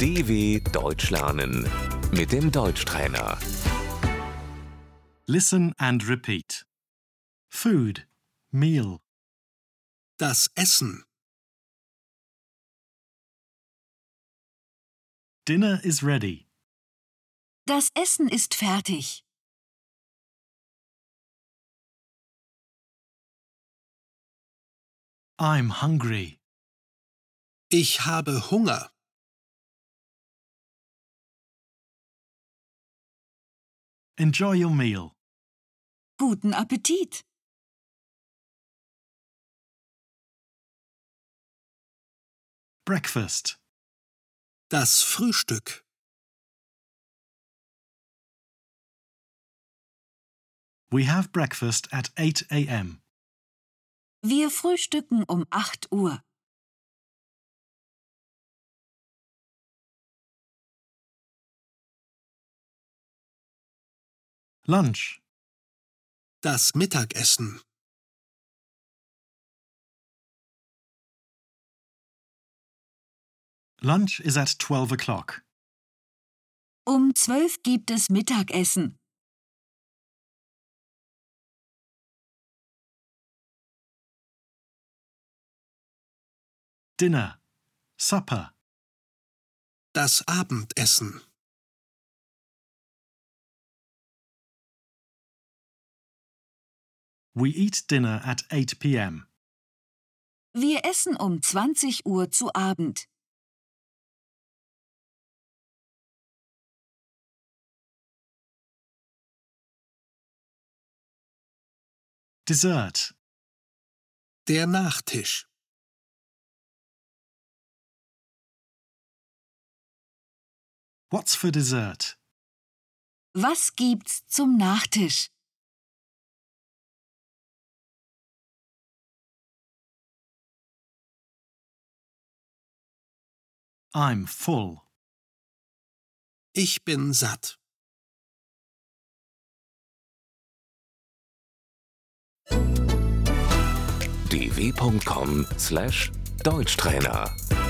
DW Deutsch lernen mit dem Deutschtrainer. Listen and repeat. Food, meal, Das Essen. dinner is ready. Das Essen ist fertig. I'm hungry. Ich habe Hunger. Enjoy your meal. Guten Appetit. Breakfast, Das Frühstück. we have breakfast at 8 am. Wir frühstücken um 8 Uhr. Lunch, Das Mittagessen. lunch is at 12 o'clock. Um 12 gibt es Mittagessen. Dinner, supper, Das Abendessen. we eat dinner at 8 pm. Wir essen um 20 Uhr zu Abend. Dessert, Der Nachtisch. what's for dessert? Was gibt's zum Nachtisch? I'm full. Ich bin satt. dw.com/deutschtrainer